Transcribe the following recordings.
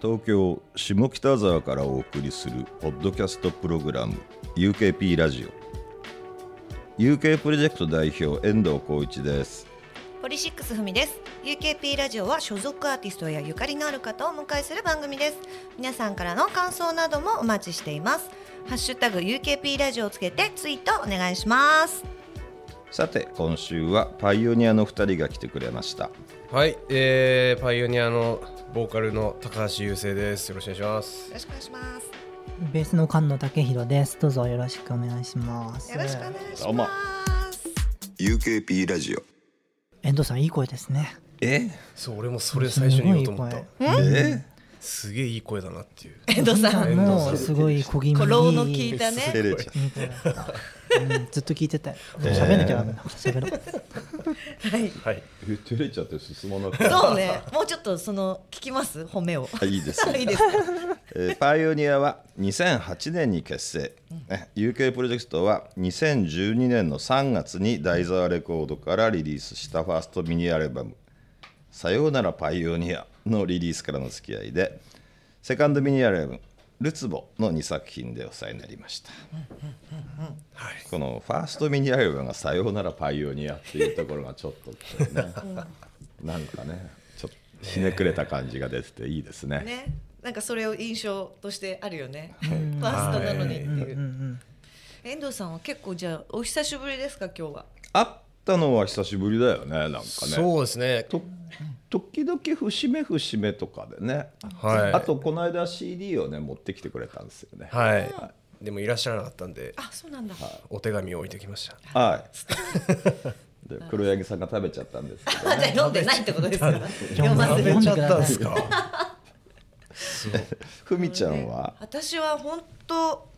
東京下北沢からお送りするポッドキャストプログラム UKP ラジオ UK プロジェクト代表遠藤浩一ですポリシックスふみです UKP ラジオは所属アーティストやゆかりのある方をお迎えする番組です皆さんからの感想などもお待ちしていますハッシュタグ UKP ラジオをつけてツイートお願いしますさて今週はパイオニアの2人が来てくれましたはい、えー、パイオニアのボーカルの高橋優生です。よろしくお願いしますよ。ろしくお願いしますベースの菅野武弘です。どうぞよろしくお願いします。よろしくお願いしどうもます UKP ラジオ遠藤さんいい声ですね。えそう、俺もそれ最初に言おうと思っすたごい。えすげえいい声だなっていう。遠藤さん遠藤さもんうすごい小気味こにう老の聞いたね照れちゃいい声だったうんずっと聞いてたよ。でも喋んなきゃダメだ。喋ろう。はいはい。う照れちゃって進まなくそうねもうちょっとその聞きます褒めをいいですねいいですかえーパイオニアは2008年に結成、ね UK プロジェクトは2012年の3月に大沢レコードからリリースしたファーストミニアルバム「さようならパイオニア」のリリースからの付き合いでセカンドミニアルバム「ルツボ」の2作品でお世話になりました、このファーストミニアルバムが「さようならパイオニア」っていうところがちょっとってねなんかねちょっとひねくれた感じが出てていいですねねなんかそれを印象としてあるよねファーストなのにっていう、遠藤さんは結構じゃあお久しぶりですか今日は会ったのは久しぶりだよねなんかねそうですね。と時々節目節目とかでね、はいあとこの間 CD をね持ってきてくれたんですよねははい。でもいらっしゃらなかったんで、あそうなんだ、お手紙を置いてきました。い、 で黒柳さんが食べちゃったんですけど、 あじゃあ読んでないってことですよね読ま食せべるちゃったんですか。ふみちゃんは私は本当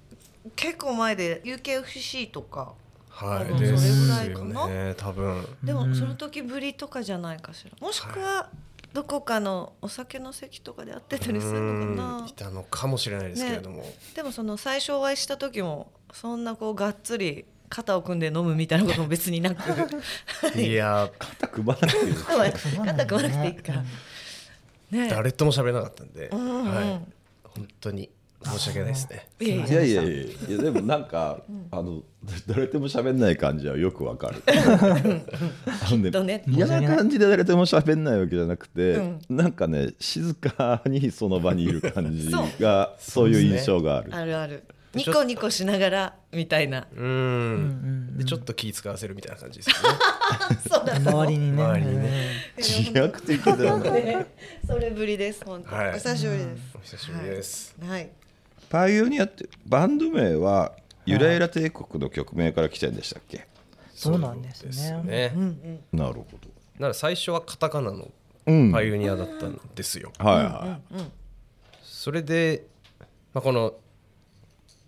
結構前で UKFC とかは多分い。ですそれぐらいよかなね。多分。でもその時ぶりとかじゃないかしらもしくはどこかのお酒の席とかで会ってたりするのかうなんいたのかもしれないですけれども。でもその最初お会いした時もそんなこうがっつり肩を組んで飲むみたいなことも別になくいやー、肩組まなくていい肩組まなくていいからね誰とも喋れなかったんで、んうんはい。本当に申し訳ないですね。いやいやいやいやいやいやでもなんか、あの 誰とも喋んない感じはよくわか るあのとね嫌な感じで誰とも喋んないわけじゃなくて、うんなんかね静かにその場にいる感じがそういう印象があるあるあるニコニコしながらみたいなうん。で、ちょっと気使わせるみたいな感じですよね。そうだ周りにね。周りにね自 虐的だよねね それぶりです本当、はいお久しぶりですお久しぶりです。はいパイオニアってバンド名はゆらゆら帝国の曲名から来てんでしたっけ、そうなんですねそうですねなるほなら最初はカタカナのうんパイオニアだったんですよ。どはいはい、それで、まあ、この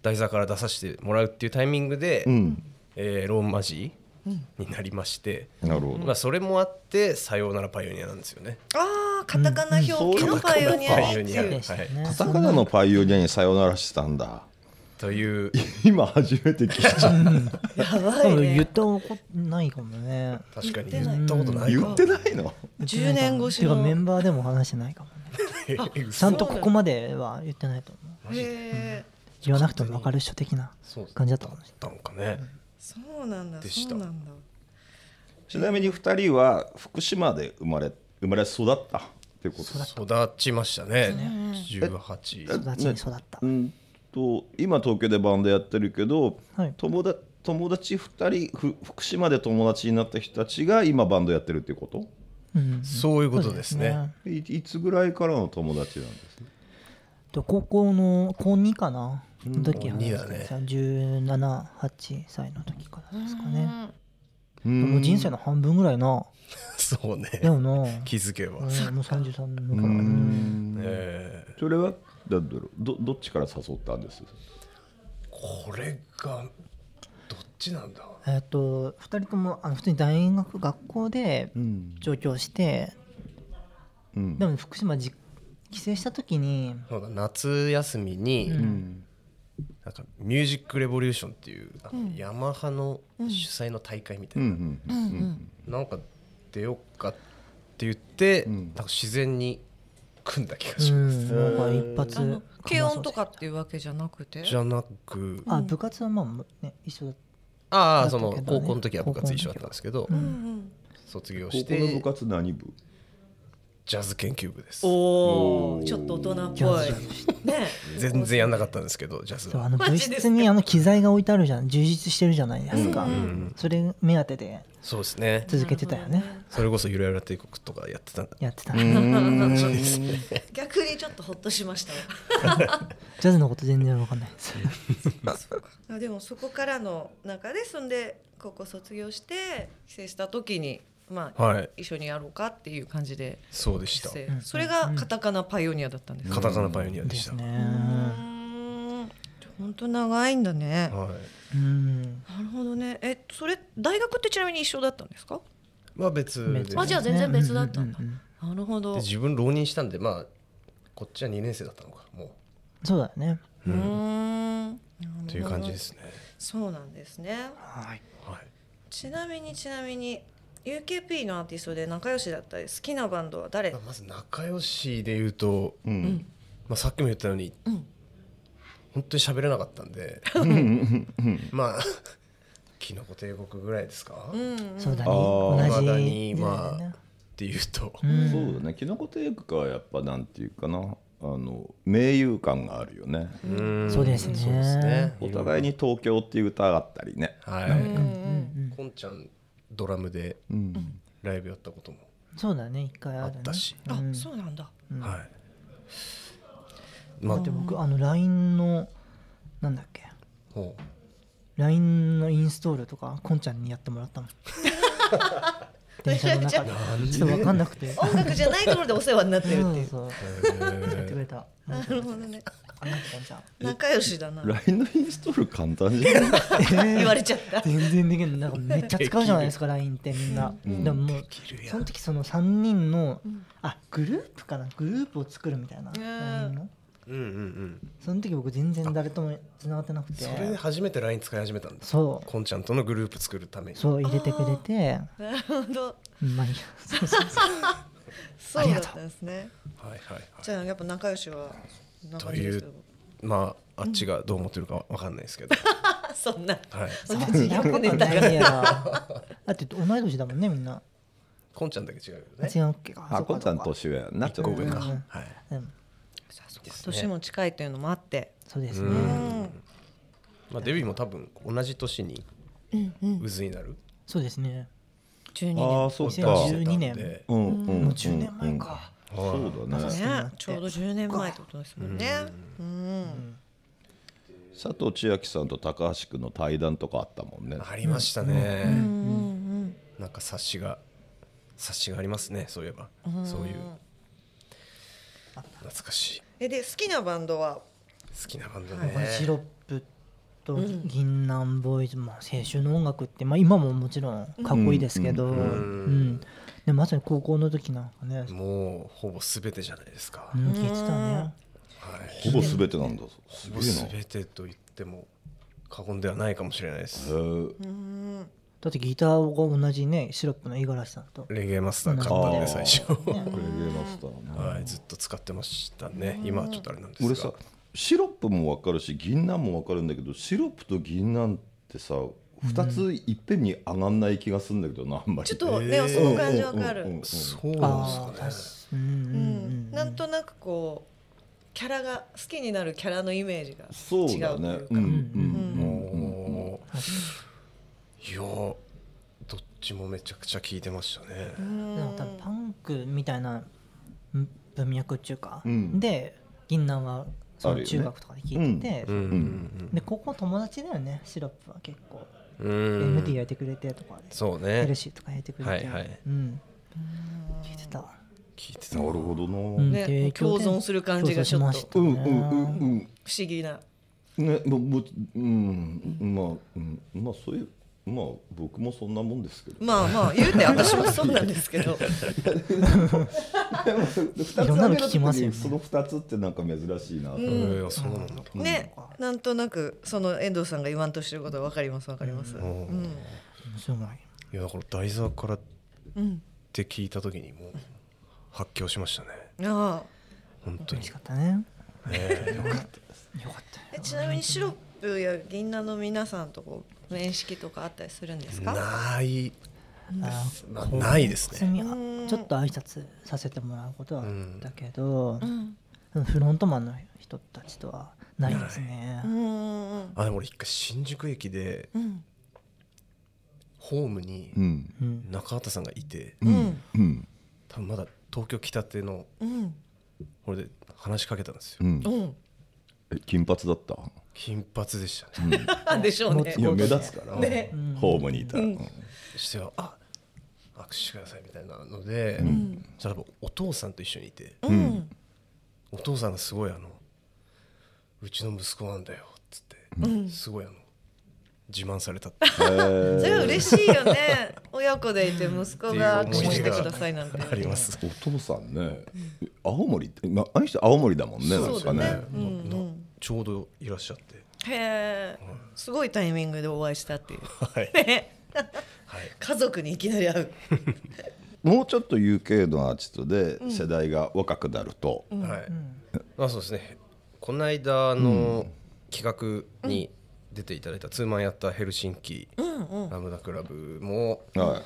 台座から出させてもらうっていうタイミングで、んえーローマ字になりまして、なるほど、まあ、それもあって「さようならパイオニア」なんですよね。ああカタカナ表記のパイオニアにっていう、でしたね。カタカナのパイオニアにさよならしたんだという今初めて聞 いたやば多い分言ねったことないかもね。確かに言ってない言ったことない言かってないの10年越しのてかメンバーでも話してないかもね。ちゃんとここまでは言ってないと思う。へえ言わなくても分かる人的なそうだっ感じだったかもしれない。たのかね。そうなんだでしたそうなんだちなみに二人は福島で生まれ生まれ育ったってことです育ちましたね18育ちに育ったう。んと今東京でバンドやってるけど、はい友だ友達2人ふ福島で友達になった人たちが今バンドやってるっていうことうん。そういうことですね。いいつぐらいからの友達なんですと高校の高2かなの時高二話だしねてた、178歳の時からですかねうんもう人生の半分ぐらいなそうねでもなうん気づけば、もう33のかえそれはなんだろうどどっちから誘ったんですーこれがどっちなんだえっと2人ともあの普通に大学学校でん上京してうんでも福島じ帰省した時になんか夏休みに、なんかミュージックレボリューションっていうあのヤマハの主催の大会みたいな、なんか出よっかって言って、なんか自然に組んだ気がうします、ん、なんか一発あのかま軽そう音とかっていうわけじゃなくてじゃなくあ部活はまあ、ね、一緒だっああそだのったけどね高校の時は部活一緒だったんですけど、うんうん卒業高し校の部て活何部ジャズ研究部ですおおおーちょっと大人っジぽャいズね全然やんなかったんですけどジャズたあはのマ部ジですか室にあの機材が置いてあるじゃん充実してるじゃないですか、うんうんそれ目当てでそうですね続けてたよねそれこそゆらゆら帝国とかやってたんだやってた、うジーん逆にちょっとほっとしましたわャズのこと全然わかんないですあでもそこからの中でそんで高校卒業して帰省した時にまあ、はい一緒にやろうかっていう感じでそうでし帰た省それがカタカナパイオニアだったんですかカタカナパイオニアででしすた、ねうーん本当長いんだねはいうんなるほどねえそれ大学ってちなみに一緒だったんですかまあ別で別すねですねあじゃあ全然別だったんだうううなるほどで自分浪人したんでまあこっちは2年生だったのかもそうだよねうーんなるほうどという感じですねそうなんですねはいちなみにちなみに UKP のアーティストで仲良しだったり好きなバンドは誰まあまず仲良しで言うと、うんまあ、さっきも言ったように、うん本当に喋れなかったんでまあ キノコ帝国ぐらいですか、うっんうんそうだあーね同じ未だに時代だよねまていうと、そうだねキノコ帝国はやっぱなんていうかなあの名優感があるよねうんそうですねそうですねお互いに「東京」っていう歌があったりねはうんうい、んこんちゃんドラムでうんライブやったことも、そうだね一回あるねあったしあうんそうなんだはいまあで僕あの LINE のなんだっけほ LINE のインストールとかこんちゃんにやってもらっ たもん電車の中でちょっと分かんなくてそう音楽じゃないところでお世話になって るっていうそうやってくれたあなるほどねのこんちゃん仲良しだな LINE のインストール簡単じゃない言われちゃった全然できないなんかめっちゃ使うじゃないですか LINE ってみんな、でももうその時その3人の、あグループかなグループを作るみたいうな、ん LINE のううんうんうんその時僕全然誰とも繋がってなくてそれで初めて LINE 使い始めたんですそうこんちゃんとのグループ作るためにそう入れてくれてなるほどうんまあいいやそうそうそうそうだったんですねはいはいはいじゃあやっぱ仲良しはそんな感じですけどとまああっちがどう思ってるかわかんないですけど、あそんなはい同じ100年 だなからいやろだって同い年だもんねみんなこんちゃんだけ違うよあね違うっけあこんちゃんと年上やんなちょっと上か、うんうんはい年も近いっていうのもあってそうですうねんまあデビューも多分同じ年に渦になるそうですね12ああ年そうか2012なん年でうんうんうんもう10年前かそうだねね、ちょうど10年前ってことですもんね。うん、佐藤千秋さんと高橋君の対談とかあったもんねありましたね、うん、うん、なんか冊子が冊子がありますねそういえば、そういう懐かしいえ、で、好きなバンドは。好きなバンドまあシね、ロップと銀杏ボーイズ、まあ、青春の音楽って、まあ、今ももちろんかっこいいですけど、うんでもまさに高校の時なんかね、もうほぼ全てじゃないですか、うん、聞いてたねほぼ全てなんだすほぼげえな全てと言っても過言ではないかもしれないです、へえだってギターが同じねシロップの五十嵐さんとレゲエマスター買ったんで最初これ入れましたね はい、ずっと使ってましたね。今はちょっとあれなんですが。俺さシロップも分かるし銀杏も分かるんだけどシロップと銀杏ってさ2ついっぺんに上がんない気がするんだけどなあんまりちょっとね、その感じわかる。そうなんですかね。うんううんん、なんとなくこう。キャラが好きになるキャラのイメージがそう違だうとねいううんか。おーいやー、どっちもめちゃくちゃ聞いてましたね。なんか多分パンクみたいなうん文脈っていうか、うんで銀杏はそあるのよね中学とかで聞いてて、うんで高校友達だよねシロップは結構、うんうん。うん MT 焼いてくれてとかでそうヘルね。シーとか焼いてくれて、はいはいうん、聞いてた。聞いてなた。るほどなうんねっていう影響で共存する感じがちょっと共存しましたうねんうんうん不思議な。うんねもうもううんまあうんまあそういうまあ僕もそんなもんですけどまあまあ、言うて、私もそうなんですけど。いいろんなの聞きますよねその2つってなんか珍しいなと思ってうん、そうなのか。ね、なんとなく、その遠藤さんが言わんとしてることはわかります。わかります。うん。面白いいや、だから台座からっうん。て聞いた時にもう発狂しましたね。ああ。本当嬉にしかったねえちなみにシロップや銀杏の皆さんとこう面識とかあったりするんですか？ない、あまあないです普通ねにあちょっと挨拶させてもらうことはあったけどう、ん。フロントマンの人たちとはないですねう、ん。あでも俺一回新宿駅でうん。ホームにうんうん中畑さんがいてうん。うん多分まだ東京来たてのうん。俺で話しかけたんですようんうん。え金髪だった金髪でしたねあでしょうねい。や目立つから、ねホームにいたら、うんそしてはあ握手してくださいみたいなので、そしたらお父さんと一緒にいてうん。お父さんがすごいあのうちの息子なんだよっつって、すごいあの自慢されたってへーそれは嬉しいよね。親子でいて息子が握手してくださいなんて。 あります、お父さんねえ青森って、まあ、あの人青森だもんねなんそうかだねね。なちょうどいらっしゃってへえ。すごいタイミングでお会いしたっていう。はい ね家族にいきなり会う。もうちょっと UK のアーティストで世代が若くなると、はい、まあそうですねこの間の企画に出ていただいたツーマンやったヘルシンキ、ラムダクラブも好はい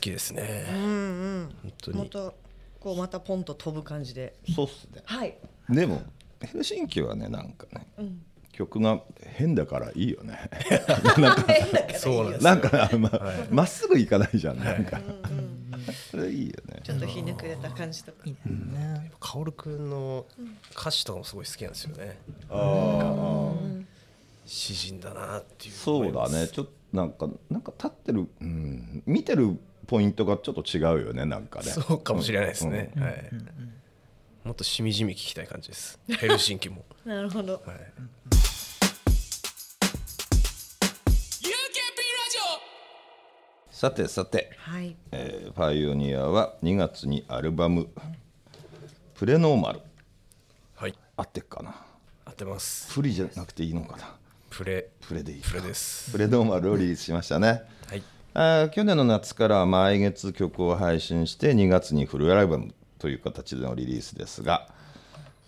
きですね、本当もっにとこうまたポンと飛ぶ感じで。そうっすねはい。でもヘルシンキはねなんかね、曲が変だからいいよねそうなんで すなんかまあまっすぐいかないじゃんなんか、それいいよねちょっとひねくれた感じとか。いいですね、カオルくんの歌詞とかもすごい好きなんですよね詩人だなっていうそうだねちょっとなんかなんか立ってる、うん、見てるポイントがちょっと違うよねなんかねそうかもしれないですね、はいもっとしみじみ聞きたい感じですヘルシンキもなるほど。はい UKP ラジオさてさてはい。えーパイオニアは2月にアルバム「プレノーマルはい」合ってっかな当てますプリじゃなくていいのかなプレプレでいいプレですプレノーマルをリリースしましたねはいあー去年の夏からは毎月曲を配信して2月にフルアルバムという形でのリリースですが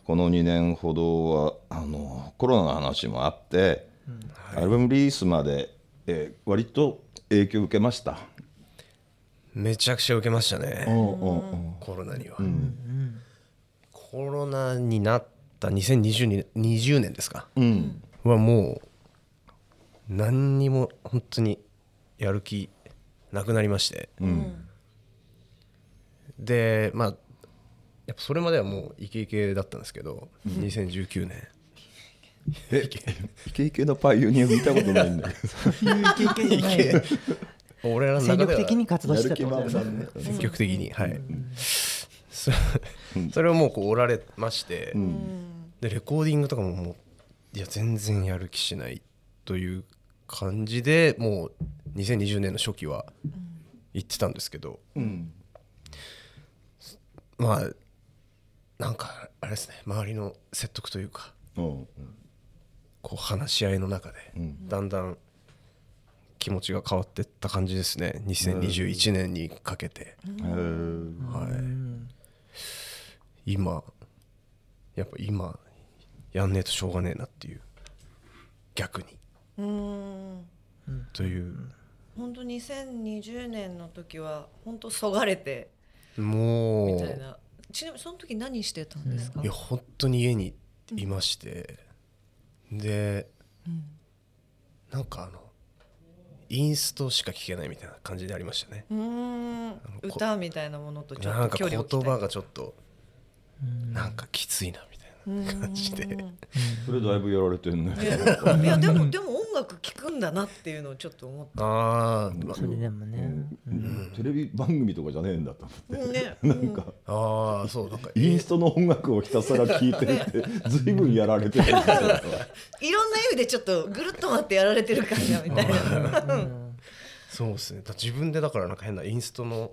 この2年ほどはあのコロナの話もあって、アルバムリリースまで、えー割と影響を受けました。めちゃくちゃ受けましたねうんうんうんコロナには、コロナになった2020 20年ですか、はもう何にも本当にやる気なくなりまして、でまあやっぱそれまではもうイケイケだったんですけど、2019年えイケイケのパイオニア見たことないんだけど俺らの中精では力的に活動してたってことですね積極的にはい、そそれをもうこう折られまして、でレコーディングとかももういや全然やる気しないという感じでもう2020年の初期は行ってたんですけど、まあなんかあれですね周りの説得というかうんこう話し合いの中で、だんだん気持ちが変わってった感じですね2021年にかけて。はい、今やっぱ今やんねえとしょうがねえなっていう逆にうーん。という本当2020年の時は本当そがれてもみうたいな。ちなみにその時何してたんですかいや？本当に家にいまして、で、なんかあのインストしか聞けないみたいな感じでありましたねうーん。歌みたいなものとちょなっとんか距離言を置きたい。葉がちょっとなんかきついなみたいな 感じでそれだいぶやられてんね。いやでもでも音楽聴くんだなっていうのをちょっと思っあー、まそれでもね、テレビ番組とかじゃねえんだと思って。たね。うんあーそうなんかインストの音楽をひたすら聴いてるって、ずいぶんやられてるんですよ。いろんな意味でちょっとぐるっと回ってやられてる感じだみたいな。そうですねだ自分でだからなんか変なインストの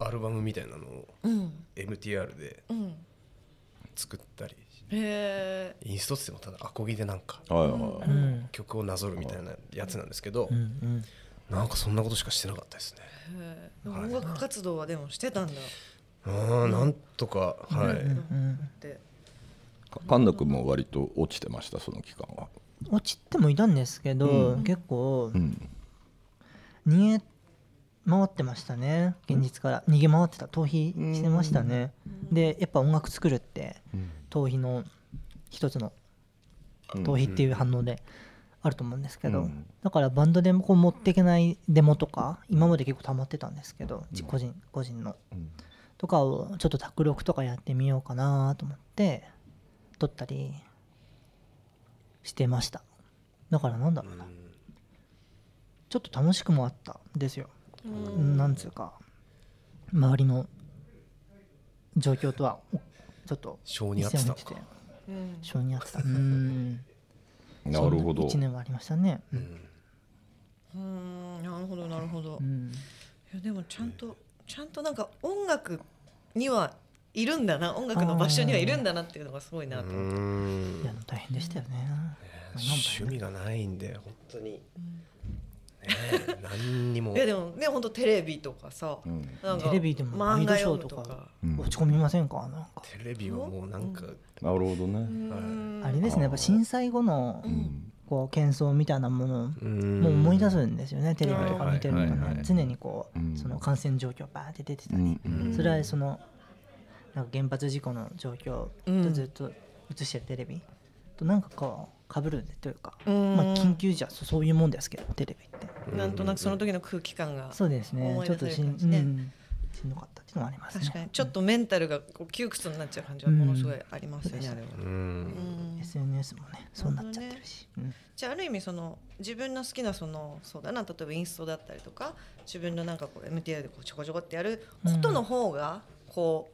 アルバムみたいなのを MTR で作ったり、へインストって言ってもただアコギでなんかはいはい。曲をなぞるみたいなやつなんですけど、なんかそんなことしかしてなかったですねえ。音楽活動はでもしてたんだ。あーなんとかはい、って神田君も割と落ちてましたその期間は落ちてもいたんですけど、結構うん逃げ回ってましたね現実から逃げ回ってた逃避してましたね、でやっぱ音楽作るって逃避の一つの逃避っていう反応であると思うんですけうど、んだからバンドでこう持っていけないデモとか今まで結構溜まってたんですけど、じ個人個人の、とかをちょっと卓録とかやってみようかなと思って撮ったりしてましただからなんだろうな、ちょっと楽しくもあったんですよ、なんつうか周りの状況とはおちょっと性に合ってたのか一線を引いて性に合 ってたうんなるほど1年はありましたね、うんなるほどなるほど、ういんやでもちゃんとちゃんとなんか音楽にはいるんだな音楽の場所にはいるんだなっていうのがすごいなと、うーんいや大変でしたよね、まあなん趣味がないんで本当に、ねえ、何にもいやでもね本当テレビとかさ、んなんかテレビでもワ漫イド画ショー読むととかか落ち込みませんかなんかテレビはもうなんか、なるほどね、あれですねやっぱ震災後のこう喧騒みたいなものうーんもう思い出すんですよねテレビとか見てるとはいはいはいはねい常にこうんうその感染状況バーって出てたうりんうんそれはそのなんか原発事故の状況とずっと映してるテレビとなんかこうかぶるというかまあ緊急じゃそそういうもんですけどテレビってなんとなくその時の空気感がそうですね思いちょ出っされるとしん,、感うじねん、しんどかったっていうのはありますね確かにちょっとメンタルがこう窮屈になっちゃう感じはものすごいありますよね、うんあれは。うーんうん SNS もねそうなっちゃってるし、うんじゃあある意味その自分の好きなそのそうだな例えばインストだったりとか自分のなんかこう MTR でこうちょこちょこってやることの方がこ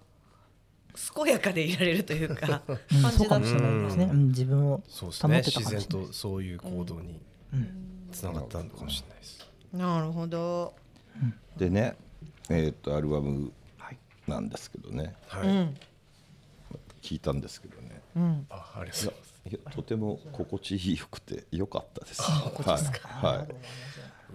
う健やかでいられるというかうん 感そうじかだっもたしれないですね、うん、自分をそうです保ねってた自かも然しれないとそういう行動につながったのかもしれないです、なるほど、でねえっ、とアルバムなんですけどねはい、聞いたんですけどねあありがとうございますいやとても心地よくて良かったです。はい、はい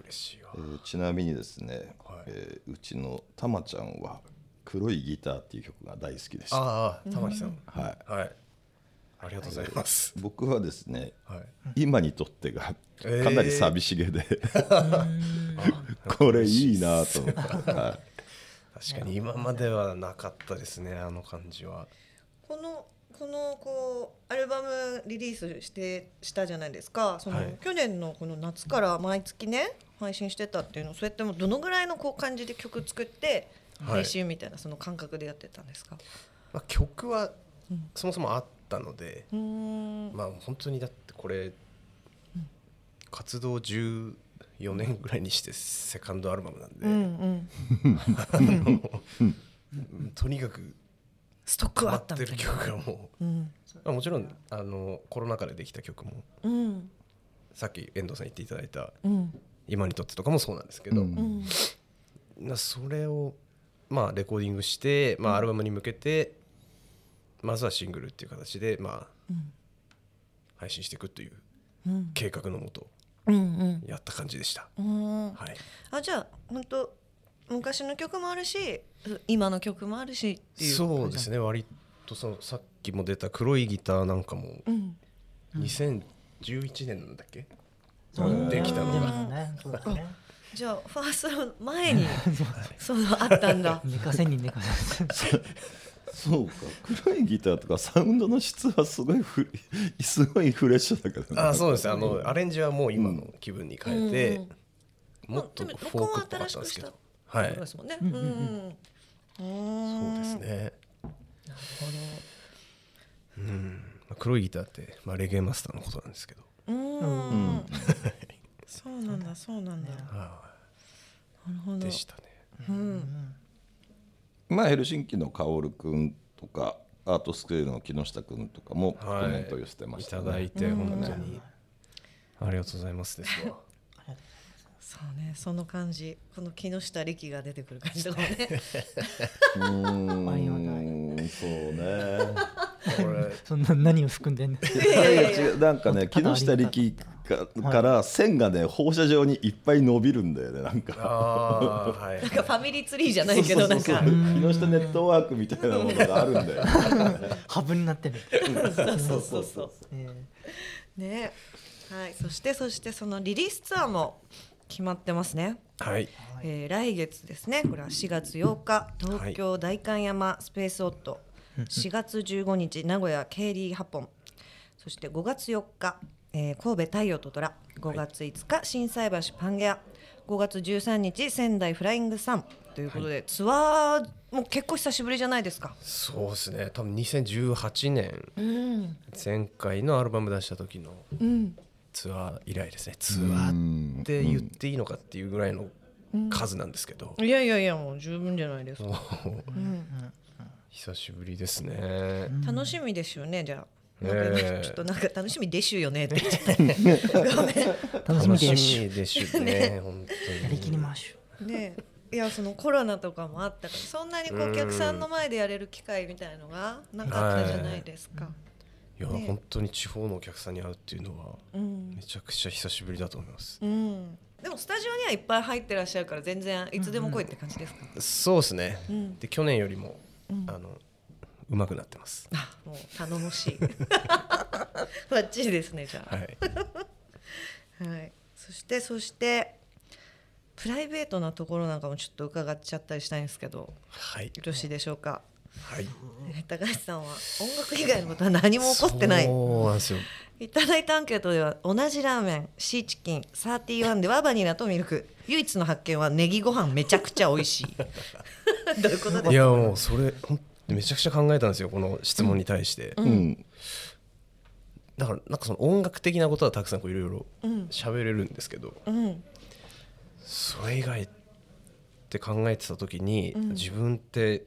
嬉しいわえーちなみにですね、はいえーうちのたまちゃんは黒いギターっていう曲が大好きでした。ああ玉木さん、はい。はいありがとうございます、僕はですね、はい今にとってがえーかなり寂しげで、 これいいなと思って、は確かに今まではなかったですねあの感じはこのこのこうアルバムリリースしてしたじゃないですかその、はい去年のこの夏から毎月ね配信してたっていうのそうやってもうどのぐらいのこう感じで曲作ってはい練習みたいなその感覚でやってたんですか、まあ、曲はそもそもあったので、うーんまあ本当にだってこれ活動14年ぐらいにしてセカンドアルバムなんで、うんうんとにかくストック変はわあっったてみたるいな。曲がもう、うんまあ、もちろんあのコロナ禍でできた曲もうんさっき遠藤さん言っていただいたうん「今にとって」とかもそうなんですけど、うんうんなそれを、まあ、レコーディングして、まあ、アルバムに向けて、まずはシングルっていう形で、まあ配信していくといううん計画のもとうんやった感じでした。うんはいあじゃあ本当昔の曲もあるし今の曲もあるしっていうそうですね割とそのさっきも出た黒いギターなんかもうん2011年なんだっけ、そうできたのがでもねそうだねじゃあファーストの前に そのあったんだ寝かせに寝かせにい。そうか、黒いギターとかサウンドの質はすごいフレすごいフレッシュだけどね。あそうですあのアレンジはもう今の気分に変えて、もっとフォークっぽかったんですけどはそいうですもんねうんうんそうですね。なるほど。うん、まあ、黒いギターって、まあ、レゲエマスターのことなんですけど。うんうんそうなんだそうなんだなはるほどい、でしたね。まあヘルシンキの薫君とか、アートスクールの木下君とかもはい。コメント寄せてましたいね。ただいて、本当に。ありがとうございますですわ。そうねその感じこの木下力が出てくる感じとかもねありがたいうーんそうね。これ、 そんな何を含んでんの いやいや違うなんかねた木だあり下がた力かから線がね放射状にいっぱい伸びるんだよねなんか。ああ、はい。なんかファミリーツリーじゃないけそどなうんそうかそう木下ネットワークみたいなものがあるんだよ。ハブになってる。そうそうそう えねはいそしてそしてそのリリースツアーも決まってますねはい。えー来月ですねこれは4月8日東京代官山スペースオット、4月15日名古屋ケーリーハポンそして5月4日、えー神戸太陽と虎5月5日心斎橋パンゲア5月13日仙台フライングサンということで、ツアーも結構久しぶりじゃないですか。そうですね。多分2018年、前回のアルバム出した時のツアー以来ですね。ツアーって言っていいのかっていうぐらいの数なんですけど、いやいやいやもう十分じゃないですか。久しぶりですね。楽しみですよねじゃあ。ねえちょっとなんか楽しみですよねって言っちゃったえ楽しみです。やでしゅ ね。本当りに。きりまし ょねえいやそのコロナとかもあったからそんなにこうお客さんの前でやれる機会みたいのがなかったじゃないですか。いや、本当に地方のお客さんに会うっていうのは、めちゃくちゃ久しぶりだと思います。うん、でもスタジオにはいっぱい入ってらっしゃるから全然いつでも来いって感じですか、そうですね。で去年よりも、あの上手くなってます。あもう頼もしい バッチリですねじゃあ、 はい。はい、そしてそしてプライベートなところなんかもちょっと伺っちゃったりしたいんですけどはいよ。ろしいでしょうか、はい。えー高橋さんは音楽以外のことは何も起こってないそうなんですよ。いただいたアンケートでは同じラーメンシーチキンサーティワンではバニラとミルク唯一の発見はネギご飯めちゃくちゃ美味しいどういうこといですやもうそれほんめちゃくちゃ考えたんですよこの質問に対して、うんだからなんかその音楽的なことはたくさんこういろいろ喋れるんですけど、んそれ以外って考えてた時に、自分って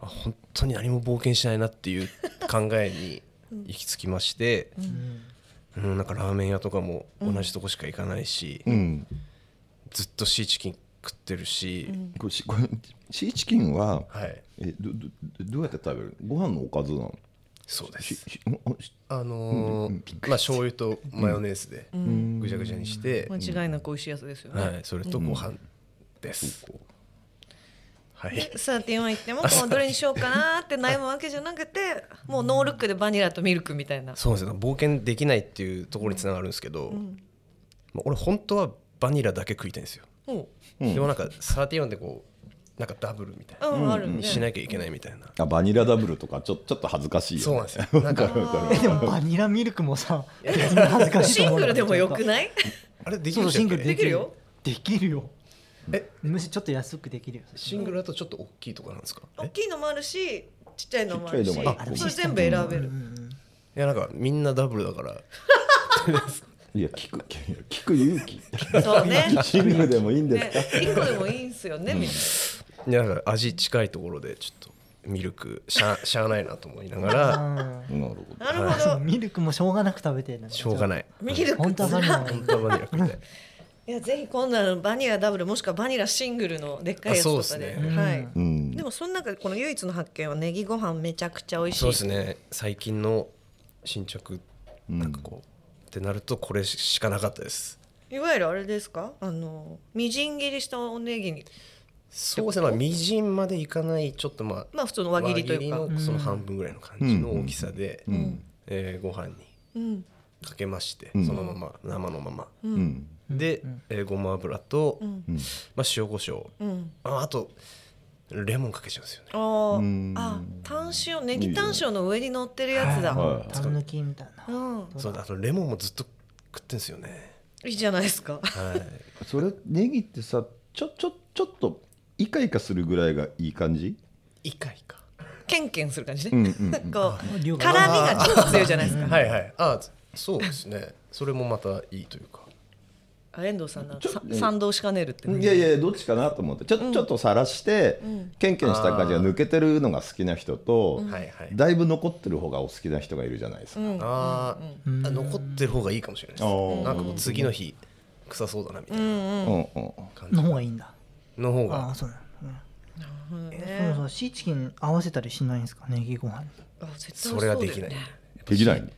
あ本当に何も冒険しないなっていう 考えに行き着きまして、うんなんかラーメン屋とかも同じとこしか行かないし、うん。ずっとシーチキン食ってるし、これしこれシーチキンははいえどどどうやって食べる？ご飯のおかずなの？そうでしす。しんあしあのーまあ醤油とマヨネーズでぐちゃぐちゃにして、か間違いなく美味しいやつですよね、はい、それとご飯です、はいサーティワン行ってもこうどれにしようかなって悩むわけじゃなくてもうノールックでバニラとミルクみたいなそうなんですよ冒険できないっていうところにつながるんですけど、まあ、俺本当はバニラだけ食いたいんですよ、も、でもなんかサーティワンでこうなんかダブルみたいうな、うん、あるねしなきゃいけないみたいな、あバニラダブルとかちょちょっと恥ずかしいよ、ね。そうなんですよなんかう。えでもバニラミルクも さ、別に恥ずかしいとシン思うグよルでもよくないあれできそうるそうシングルできるよ。できるよ。えむしろちょっと安くできるよ。シングルだとちょっと大きいとかなんですか大えきいのもあるしちっちゃいのもあるしちっちゃいのもあるそれ全部選べるいやなんかみんなダブルだからいや聞くいや聞く勇気。そうねシングルでもいいんですねか？一個でもいいんすよね、みんないやなんか味近いところでちょっとミルクしゃ しゃあないなと思いな がらうなるほど。なるほど、ん。ミルクもしょうがなく食べてるんだねしょうがないミルク本当はバニラも本当はバニラ食いた いいやぜひ今度はあのバニラダブルもしくはバニラシングルのでっかいやつとあそかうでですねはいうん。でもその中でこの唯一の発見はネギご飯めちゃくちゃ美味しいそうですね最近の新着なんかこう、ってなるとこれしかなかったですいわゆるあれですかあのみじん切りしたおネギにそうですねまあみじんまでいかないちょっとまあ、まあ普通の輪切りというか輪切のその半分ぐらいの感じの大きさで、えーご飯にかけまして、そのまま生のまま、うん。で、えーごま油と、まあ、塩コショウ、ああとレモンかけちゃうんですよねあーあ炭塩ネギ炭塩の上に乗ってるやつだ、はい。タン抜きみたいな。うんそうだあとレモンもずっと食ってんですよねいいじゃないですかはいそれネギってさちょちょちょっとイカイカするぐらいがいい感じ？イカイカ ケンケンする感じね、 こう辛量みががちょっと強いじゃないですかはいはいあそうですねそれもまたいいというかあ遠藤さんなさ賛同しかねるってねいやいやどっちかなと思ってちょ,、ちょっとさらして、ケンケンした感じが抜けてるのが好きな人と、はいはいだいぶ残ってる方がお好きな人がいるじゃないですか、あーあ残ってる方がいいかもしれないであすーなんかこう次の日臭そうだなみたいなうんうんの方がいいんだ。の方ああがそうなの。うんえそうそうシーチキン合わせたりしないんですかネギご飯にあ絶対それはできそないうだよねできない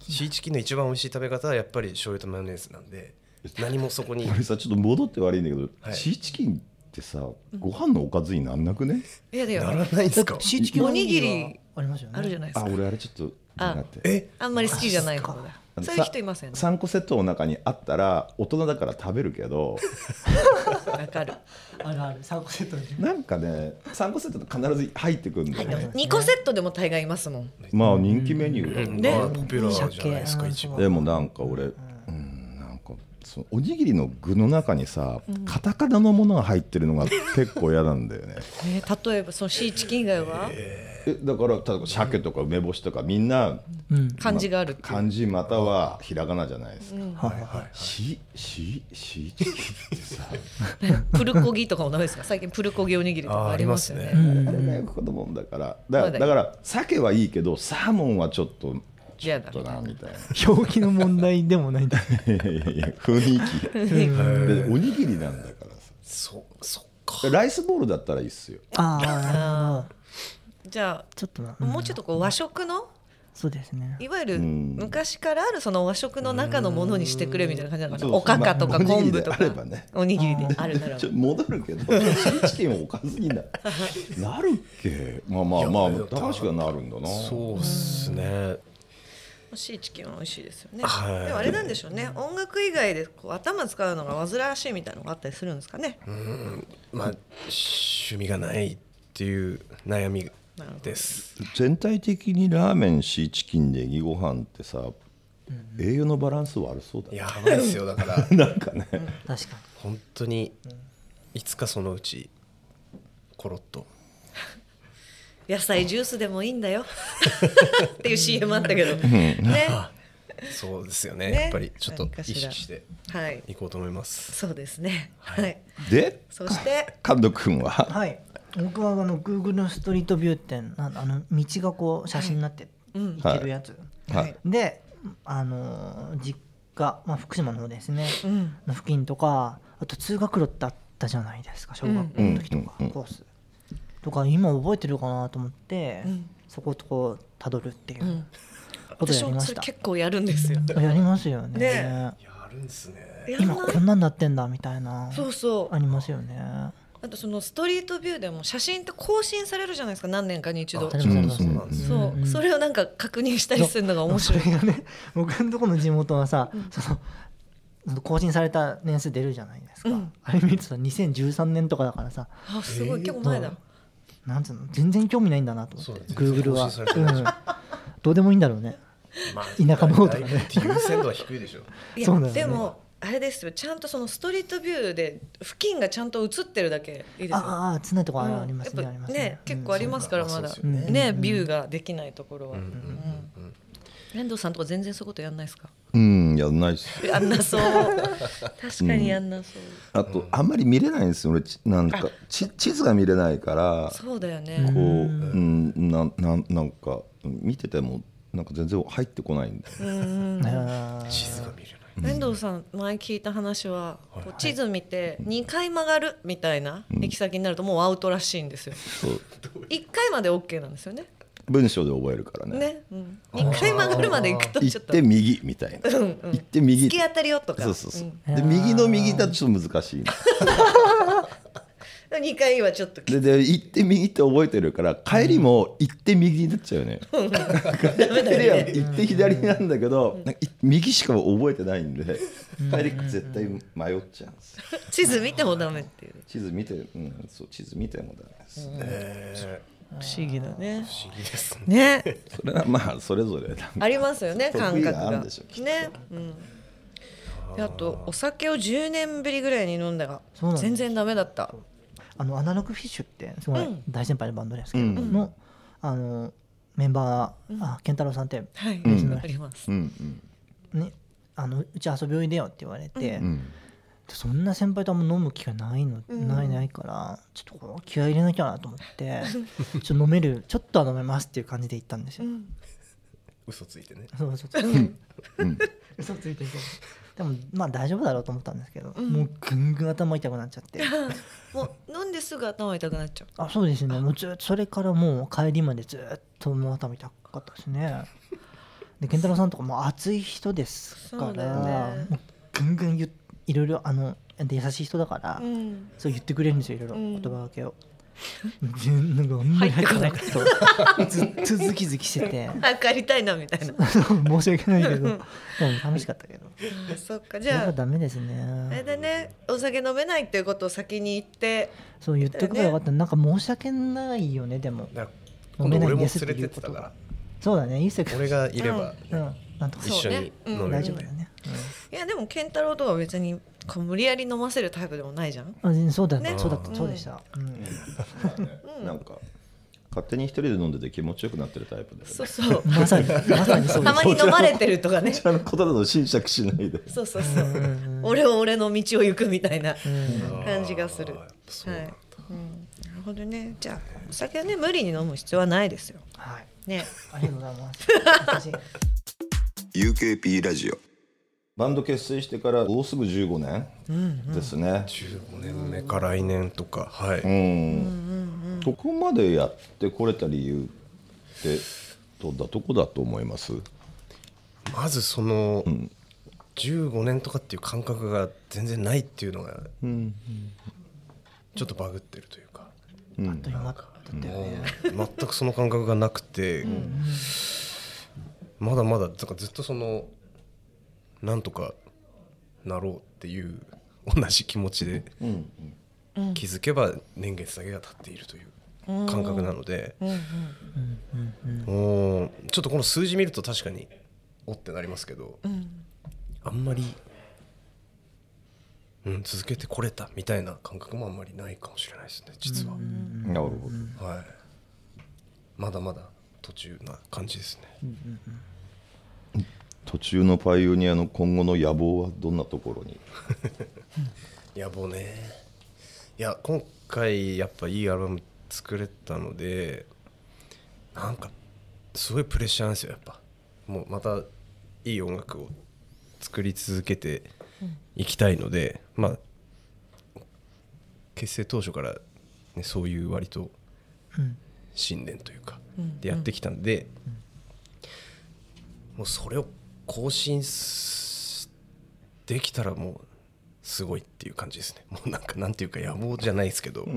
シーチキンの一番美味しい食べ方はやっぱり醤油とマヨネーズなんで何もそこ に俺さちょっと戻って悪いんだけど、はいシーチキンってさご飯のおかずになんなくね、いやだなよらないんですかシーチキンおにぎりはありますよねあるじゃないですあか俺あれちょっとあなってえあんまり好きじゃない方だあのそういう人いませんねさ3個セットの中にあったら大人だから食べるけどわかるあるある3個セットでなんかね3個セットって必ず入ってくるんだよね、入ってます2個セットでも大概いますもんまあ人気メニューだよねねまあポピュラーじゃないですか一番でもなんか俺、うん、なんかそのおにぎりの具の中にさ、カタカナのものが入ってるのが結構嫌なんだよねえー例えばそのシーチキン以外はえだから例えば鮭とか梅干しとかみんなうん漢字があるっていう漢字またはひらがなじゃないですか、はいはしししチキンってさプルコギとかもダメですか最近プルコギおにぎりとかありますよねあーありあれがよく子供だからだまだいいだから鮭はいいけどサーモンはちょっとちょ嫌っだとなみたいない表記の問題でもないんだいやいやいや雰囲気でおにぎりなんだからさそそっかライスボールだったらいいっすよああなるほどじゃ ちょっとなあもうちょっとこう和食のそうですねいわゆるん昔からあるその和食の中のものにしてくれみたいな感じなのかそうなそうおかかとかまあおにぎ昆り布でとあかればねおにぎりであるならちょ戻るけどシーチキンをおかずにななるっけまあまあまあいやだ高橋がなるんだなそうっすねシーチキンは美味しいですよねはいでもあれなんでしょうね音楽以外でこう頭使うのが煩わしいみたいなのがあったりするんですかねまあ趣味がないっていう悩みです全体的にラーメンシーチキンネギご飯ってさ栄養のバランス悪そうだねやばいっすよだからなんかね確かに本当にいつかそのうちコロッと野菜ジュースでもいいんだ よっていう CM あったけどねそうですよねねやっぱりちょっと何か意しら識してはいいこうと思いますそうですねはいでそして神戸君ははい僕はあの Google のストリートビューってあのあの道がこう写真になっていけるやつ、はいであのー実家、まあ、福島の方ですね、うんの付近とかあと通学路ってあったじゃないですか小学校の時とか、うんうんうんうんコースとか今覚えてるかなと思って、そことこうたどるっていうことを私やりもまそしれた、結構やるんですよやりますよねねやるんですねやん今ないこんなんなってんだみたいなそうそうありますよねあとそのストリートビューでも写真って更新されるじゃないですか何年かに一度ありますうんありそうまなんすそう、それをなんか確認したりするのが面白いそれがね 僕のとこの地元はさ、そのその更新された年数出るじゃないですか、あれ見るとさ2013年とかだからさあすごい結構前だ、なんつうの全然興味ないんだなと思っそてうだね Google は、更新されてないうんどうでもいいんだろうねまあ田舎の方とかねだいぶ優先度は低いでしょいやそうだよねでもあれですよちゃんとそのストリートビューで付近がちゃんと写ってるだけいいですよああ常なとこうんありまやっすぱねありますね結構ありますからうんまだ、そうですよねねビューができないところは、うん遠藤さんとか全然そういうことやんないですかうんやんないっすやんなそう確かにやんなそう、あとあんまり見れないんですよ俺ちなんかち地図が見れないからそうだよね、こう、うん、なんなんなんか見ててもなんか全然入ってこないんだよねあ地図が見れない遠藤さん前聞いた話は、こう地図見て2回曲がるみたいな行き先になるともうアウトらしいんですよ、そう1回まで OK なんですよね文章で覚えるからねね、うん、2回曲がるまで行くとち行ょっってと右みたいな、行って右突き当たりよとかそうそうそう、んで右の右だとちょっと難しいの2回はちょっとでで行って右って覚えてるから帰りも行って右になっちゃうよね帰ってりゃ行って左なんだけど、なんかい右しか覚えてないんで帰り絶対迷っちゃうんですよ地図見てもダメっていう地図見て、うん、そう地図見てもダメです、え不思議だねー不思議ですねねそれはまあそれぞれなんかありますよ ね得感意覚があるがんでしょうきっとね、うんであとお酒を10年ぶりぐらいに飲んだがそうなんです全然ダメだったあのアナログフィッシュってすごいうん大先輩のバンドですけど、うんのあのメンバー、あ健太郎さんって、はい、んありますうんうんね、あのうち遊びおいでよって言われて、うんそんな先輩とあんま飲む機会ないの、ないないからちょっとこう気合い入れなきゃなと思って ちょっと飲めるちょっとは飲めますっていう感じで行ったんですよ。嘘ついてねそうそうそううん嘘ついてるでもまあ大丈夫だろうと思ったんですけど、もうぐんぐん頭痛くなっちゃってもう飲んですぐ頭痛くなっちゃうあそうですねもうずっとそれからもう帰りまでずっともう頭痛かったですねで健太郎さんとかもう熱い人ですそかうだよら、ねもうぐんぐん言っいろいろあので優しい人だから、うんそう言ってくれるんですよいろいろうん言葉がけを。全 なんかあんまり入ってこなくてそう ずっとズキズキしてて早く帰りたいなみたいな 申し訳ないけどでも楽しかったけどあそっかじじゃゃああダメであすれねだねお酒飲めないっていうことを先に言ってそう言ってくればよかったなんか申し訳ないよねでもだから今度俺も連れてってたからそうだね伊勢君俺がいればうんなんとか一緒に飲そうねうんめる大丈よ夫だよねね、いやでも健太郎とは別にこう無理やり飲ませるタイプでもないじゃんうんあ全然そうだねねそうだった、うんそうでした、うん、なんか勝手に一人で飲んでて気持ちよくなってるタイプだよね そう そうまさにまさにそうでたすまに飲まれてるとかね こちらのことなど斟酌しないでそうそうそう俺を俺の道を行くみたいな感じがするあーやっぱそうはないんだうんなるほどねじゃあお酒はね無理に飲む必要はないですよはいねありがとうござい ます優しい UKP ラジオバンド結成してからもうすぐ15年ですね、 15年目か来年とかはい、ここまでやってこれた理由ってどんなとこだと思いますまずその、15年とかっていう感覚が全然ないっていうのが、ちょっとバグってるというか、あっという間だったよね、もう全くその感覚がなくて、まだまだだからずっとそのなんとかなろうっていう同じ気持ちで、気づけば年月だけが経っているという感覚なので、もうちょっとこの数字見ると確かにおってなりますけど、あんまり、うん、続けてこれたみたいな感覚もあんまりないかもしれないですね実は。なるほどはい。まだまだ途中な感じですね。途中のパイオニアの今後の野望はどんなところに野望ね。いや今回やっぱいいアルバム作れたので、なんかすごいプレッシャーなんですよやっぱ。もうまたいい音楽を作り続けていきたいので、まあ結成当初からねそういう割とうん信念というかでやってきたんで、もうそれを更新すできたらもうすごいっていう感じですね もうなんかなんていうか野望じゃないですけど、も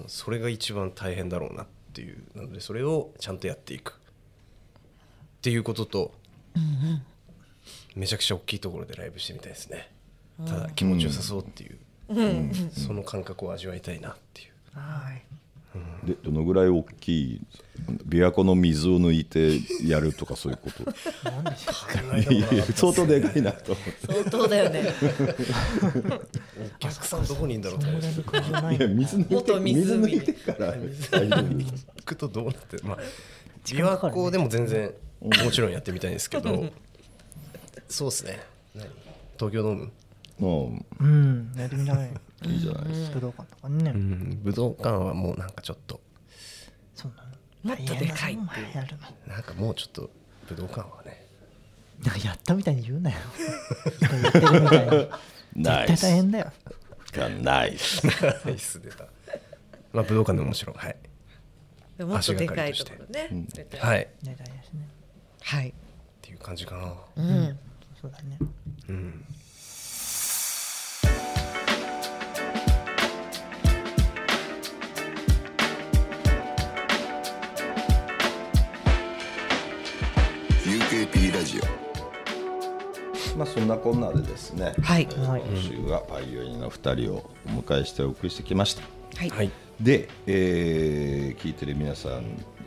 うそれが一番大変だろうなっていうなのでそれをちゃんとやっていくっていうことと、めちゃくちゃ大きいところでライブしてみたいですねただ気持ちよさそうっていう、その感覚を味わいたいなっていう。はいでどのぐらい大きい琵琶湖の水を抜いてやるとかそういうこと いやいや相当でかいなと思って相当だよ ねお客さんどこにいるんだろうと思います感じないいや水抜いて元水湖抜いてから大丈夫聞くとどうなって まあ時間琵かか琶るね湖でも全然もちろんやってみたいんですけ どそうですね何東京ドーうんム、うんやってみたいいいじゃないです武道館とかね、うん、武道館はもうなんかちょっとそうなのもっとでかいっていう大変だなやるのなんかもうちょっと武道館は ねなんかやったみたいに言うなよ人やってるみたいに絶ナイ対ス大変だよナイス椅子出たまあ武道館でももちろんはいでももっとでかいところね絶対はいっね大変ですねはいていう感じかなうんそうだね UKP ラジオまあそんなこんなでですねはいはい、今週はパイオニアの2人をお迎えしてお送りしてきましたはいはいで、えー聞いてる皆さん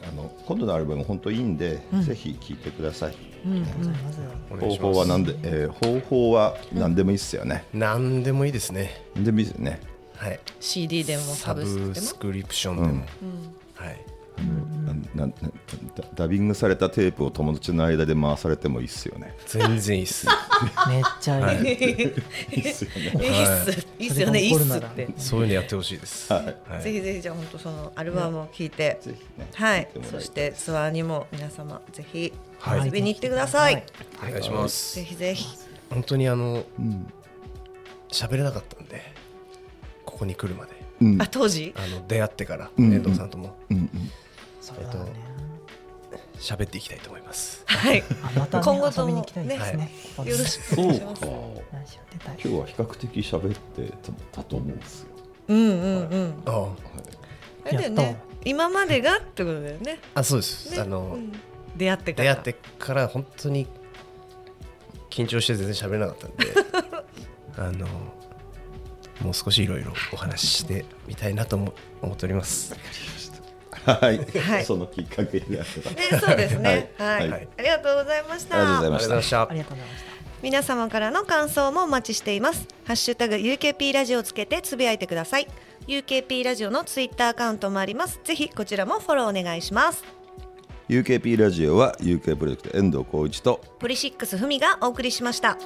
あの今度のアルバム本当いいんで、ぜひ聞いてください、まずはお願い方しま法すは何で、えー方法は何でもいいっすよね、何でもいいですね何でもいいですよねはい CD でもササブスブクでもスクリプションでも、はいななダダビングされたテープを友達の間で回されてもいいっすよね全然いいっ すめっちゃい い、いいっす、いいっすよね、いいっすって。そういうのやってほしいです、はいぜひぜひじゃあ本当そのアルバムを聴いて、ぜひねはい聞いてもらいたいですそしてツアーにも皆様ぜひはい遊びに行ってください、はいお願いします、ぜひぜひ本当にあの喋、れなかったんでここに来るまであ当時あの出会ってから遠藤さんとも、そうえっだとね喋っていきたいと思います。はい。あまた、ね、今後とも遊びに行きたいですね。よろしくおそ願ういしますか。。ラジオ出たい。今日は比較的喋ってたと思うんですよ。うんうんうん。あああれだよやっねと。今までがってことだよね。あそうです、ねあの、うん出会ってから。出会ってから本当に緊張して全然喋れなかったんであのもう少しいろいろお話ししてみたいなとも思っておりますはい、はいそのきっかけになってた。ね、そうですね。ははいい、はいありがとうございました。ありがとうございまありがとうございましたありがとうございました。皆様からの感想もお待ちしていますハッシュタグ UKP ラジオをつけてつぶやいてください UKP ラジオのツイッターアカウントもありますぜひこちらもフォローお願いします UKP ラジオは UK プロジェクト遠藤浩一とポリシックスふみがお送りしました